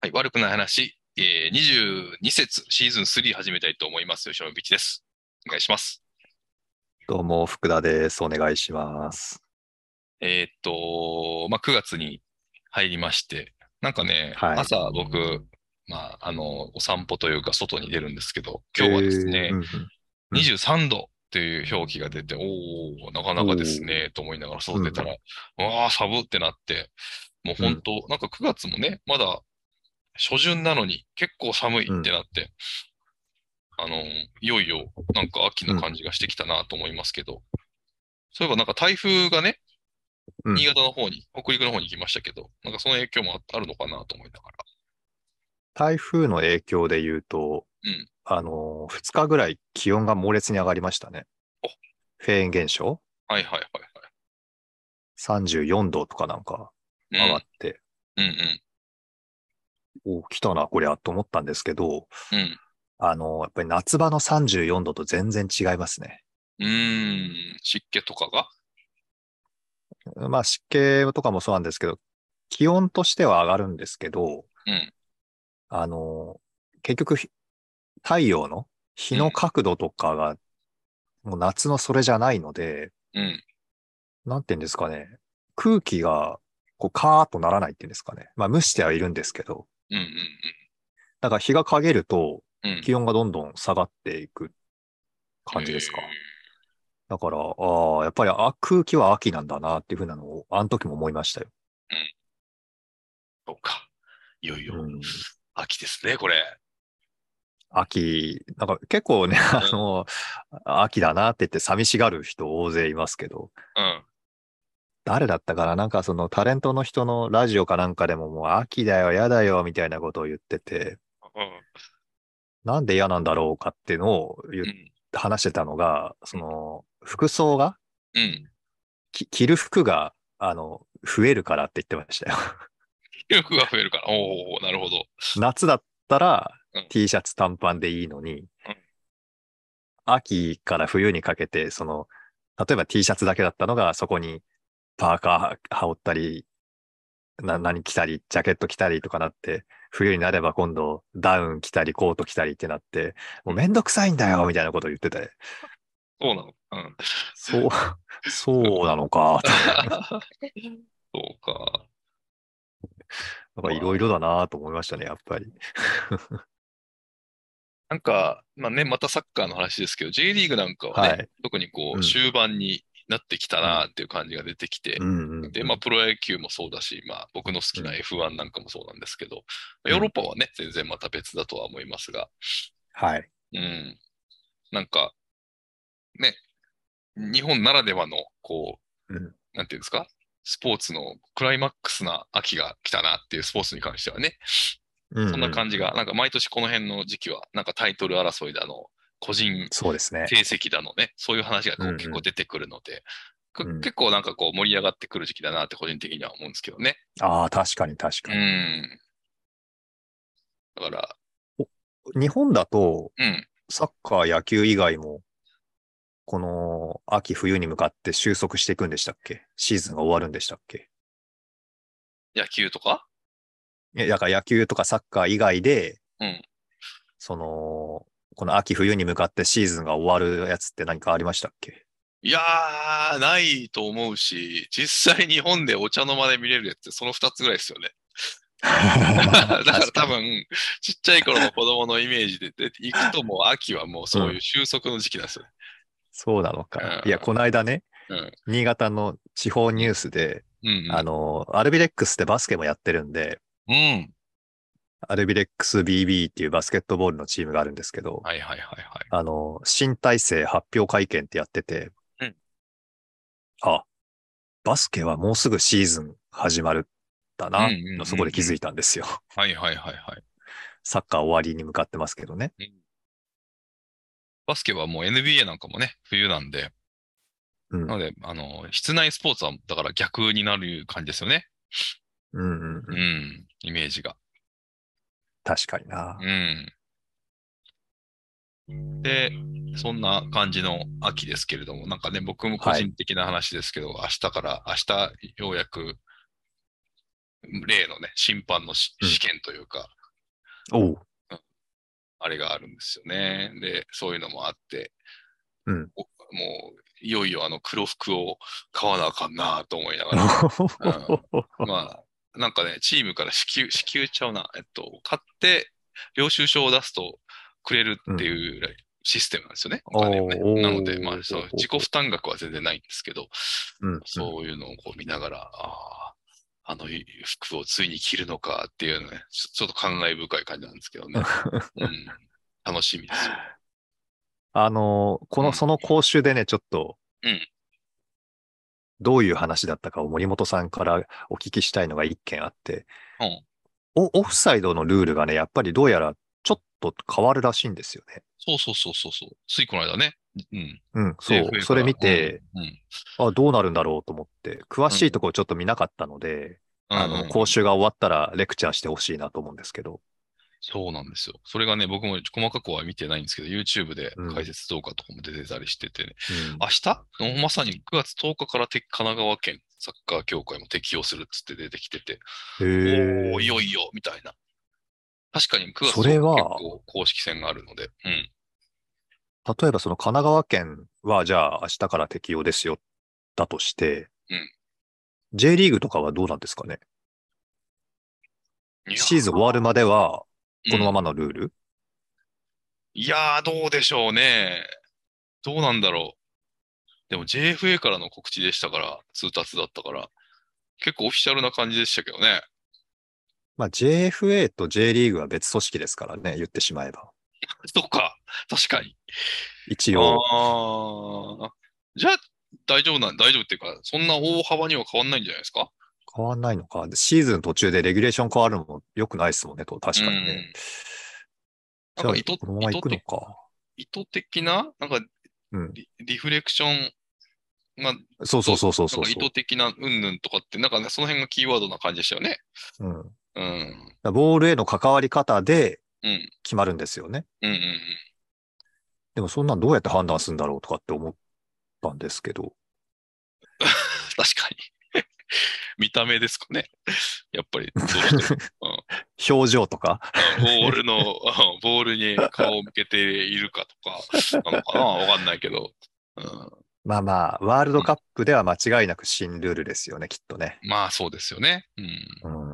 はい、悪くない話、えー、22節、シーズン3始めたいと思います。吉野美希です。お願いします。どうも、福田です。お願いします。えーっと、まあ、9月に入りまして、なんかね、はい朝僕、まあ、あの、お散歩というか外に出るんですけど、今日はですね、うんうんうん23度という表記が出て、おお、なかなかですね、と思いながら外出たら、わあ、寒ってなって、もう本当、なんか9月もね、まだ初旬なのに結構寒いってなって、あの、いよいよなんか秋の感じがしてきたなと思いますけど、そういえばなんか台風がね、うん新潟の方に、北陸の方に行きましたけど、なんかその影響もああるのかなと思いながら。台風の影響で言うと、うんあのー、2日ぐらい気温が猛烈に上がりましたねお。フェーン現象はいはいはいはい。 34度とかなんかうん上がって、うんうんお来たな、こりゃ、と思ったんですけど、うん。あのー、やっぱり夏場の34度と全然違いますね。うーん、湿気とかがまあ、湿気とかもそうなんですけど、気温としては上がるんですけど、うんあの、結局、ひ太陽の日の角度とかが、もう夏のそれじゃないので、うん。なんていうんですかね、空気が、こう、カーッとならないっていうんですかね。まあ、蒸してはいるんですけど、うんうんだから日が陰ると、うん。うん。気温がどんどん下がっていく感じですか。えーだから、ああ、やっぱりあ空気は秋なんだなっていうふうなのを、あの時も思いましたよ。そうか。いよいようん秋ですね、これ。秋、なんか結構ね、 あの、秋だなって言って寂しがる人大勢いますけど、うん。誰だったかななんかそのタレントの人のラジオかなんかでももう秋だよ、嫌だよ、みたいなことを言ってて、なんで嫌なんだろうかっていうのを言っうん。話してたのが、その、服装が、うん。き着る服が、あの、増えるからって言ってましたよ。記憶が増えるから。おおなるほど。夏だったらうん T シャツ短パンでいいのにうん、秋から冬にかけて、その、例えば T シャツだけだったのが、そこにパーカー羽織ったり、な、何着たり、ジャケット着たりとかなって、冬になれば今度ダウン着たり、コート着たりってなって、もうめんどくさいんだよみたいなことを言ってて、そうなの。うん。 そう、そうなのか、とそうか。なんかいろいろだなと思いましたね、やっぱり。なんか、まあね、またサッカーの話ですけど、J リーグなんかはね、はい特にこうう、ん終盤になってきたなっていう感じが出てきて、うんうん。で、まあ、プロ野球もそうだし、まあ、僕の好きなうん F1 なんかもそうなんですけど、うんヨーロッパはね、全然また別だとは思いますが、はい。うん。なんか、ね、日本ならではの、こう、うんなんていうんですか、スポーツのクライマックスな秋が来たなっていうスポーツに関してはね、そんなじ。感じが、なんか毎年この辺の時期は、なんかタイトル争いだの、個人そうですね。成績だのね、そういう話がこうんううん結構出てくるので、くうん結構なんかこう盛り上がってくる時期だなって個人的には思うんですけどね。ああ、確かに確うかに。ん。だから、日本だと、うん、サッカー、野球以外も、この秋、冬に向かって収束していくんでしたっけシーズンが終わるんでしたっけ野球とかいや、だから野球とかサッカー以外で、うんその、この秋、冬に向かってシーズンが終わるやつって何かありましたっ けいやー、ないと思うし、実際日本でお茶の間で見れるやつってその2つぐらいです よね。だから多分、ちっちゃい頃の子供のイメージでで行くともう秋はもうそういう収束の時期なんですよね。そうなのか。うんいや、この間ね、うん新潟の地方ニュースで、うん、あの、アルビレックスってバスケもやってるんで、うん。うん。アルビレックス BB っていうバスケットボールのチームがあるんですけど、はいはいはいはい。あの、新体制発表会見ってやってて、うんあ、バスケはもうすぐシーズン始まるんだな、うんうんうんうんそこで気づいたんですよ。 はいはいはいはい。サッカー終わりに向かってますけどね。バスケはもう NBA なんかもね、冬なんで、うんなので、あの、室内スポーツはだから逆になる感じですよね。うんうんうんうん、イメージが。確かにな。うん。で、そんな感じの秋ですけれども、なんかね、僕も個人的な話ですけど、明日から、明日ようやく、例のね、審判のしうん試験というか、おう。あれがあるんですよね。で、そういうのもあって、うんおもう、いよいよあの黒服を買わなあかんなあと思いながら、 うまあ、なんかね、チームから支給、支給ちゃうな、えっと、買って、領収書を出すとくれるっていううシステムなんですよね、お金をねおーなので、まあ、そのおー自己負担額は全然ないんですけど、ん。そういうのをこう見ながら、ああ、あの服をついに着るのかっていうね、ちょちょっと感慨深い感じなんですけど ね。うん、楽しみですよ。あの、うこんの、その講習でね、ちょっとうん、どういう話だったかを森本さんからお聞きしたいのが一件あって、うんおオフサイドのルールがね、やっぱりどうやらちょっと変わるらしいんですよね。そうそうそうそうそう。ついこの間ね。うん。うん、そう FA か。らそれ見て、、うんうんあ、どうなるんだろうと思って、詳しいところちょっと見なかったので、あうんの、うん講習が終わったらレクチャーしてほしいなと思うんですけど。そうなんですよ。それがね、僕も細かくは見てないんですけど、YouTube で解説動画とかも出てたりしててね。うん明日のまさに9月10日からて神奈川県サッカー協会も適用するっつって出てきてて、おへー、いえ。よいよ、みたいな。確かに9月それは結構公式戦があるので、うん。例えばその神奈川県は、じゃあ明日から適用ですよ、だとして、うん J リーグとかはどうなんですかねいやシーズン終わるまでは、このまま。まのルール、いやー、どうでしょうね。どうなんだろう。でも JFA からの告知でしたから、通達だったから、結構オフィシャルな感じでしたけどね。 まあ JFA と J リーグは別組織ですからね、言ってしまえば。そっか、確かに。一応。ああ。じゃあ、大丈夫なん、大丈夫っていうか、そんな大幅には変わんないんじゃないですか変わんないのか。でシーズン途中でレギュレーション変わるのも良くないですもんね、と確かにね。うんじゃなんあ、か意図このまま行くのか。意図的な、なんかうんリ、リフレクションが、なんそうそうそうそうそかう意図的なうんぬんとかって、なんかね、その辺がキーワードな感じでしたよね。うん。だかうん。らボールへの関わり方でうん。決まるんですよね。うんうんうん。でもそんなんどうやって判断するんだろうとかって思ったんですけど。確かに。 見た目ですかね。やっぱり、どうしても 表情とか。ボールの、うんボールに顔を向けているかとか、なのかなわかんないけど。うんまあまあ、ワールドカップでは間違いなく新ルールですよね、きっとね。まあそうですよね。うん。うん。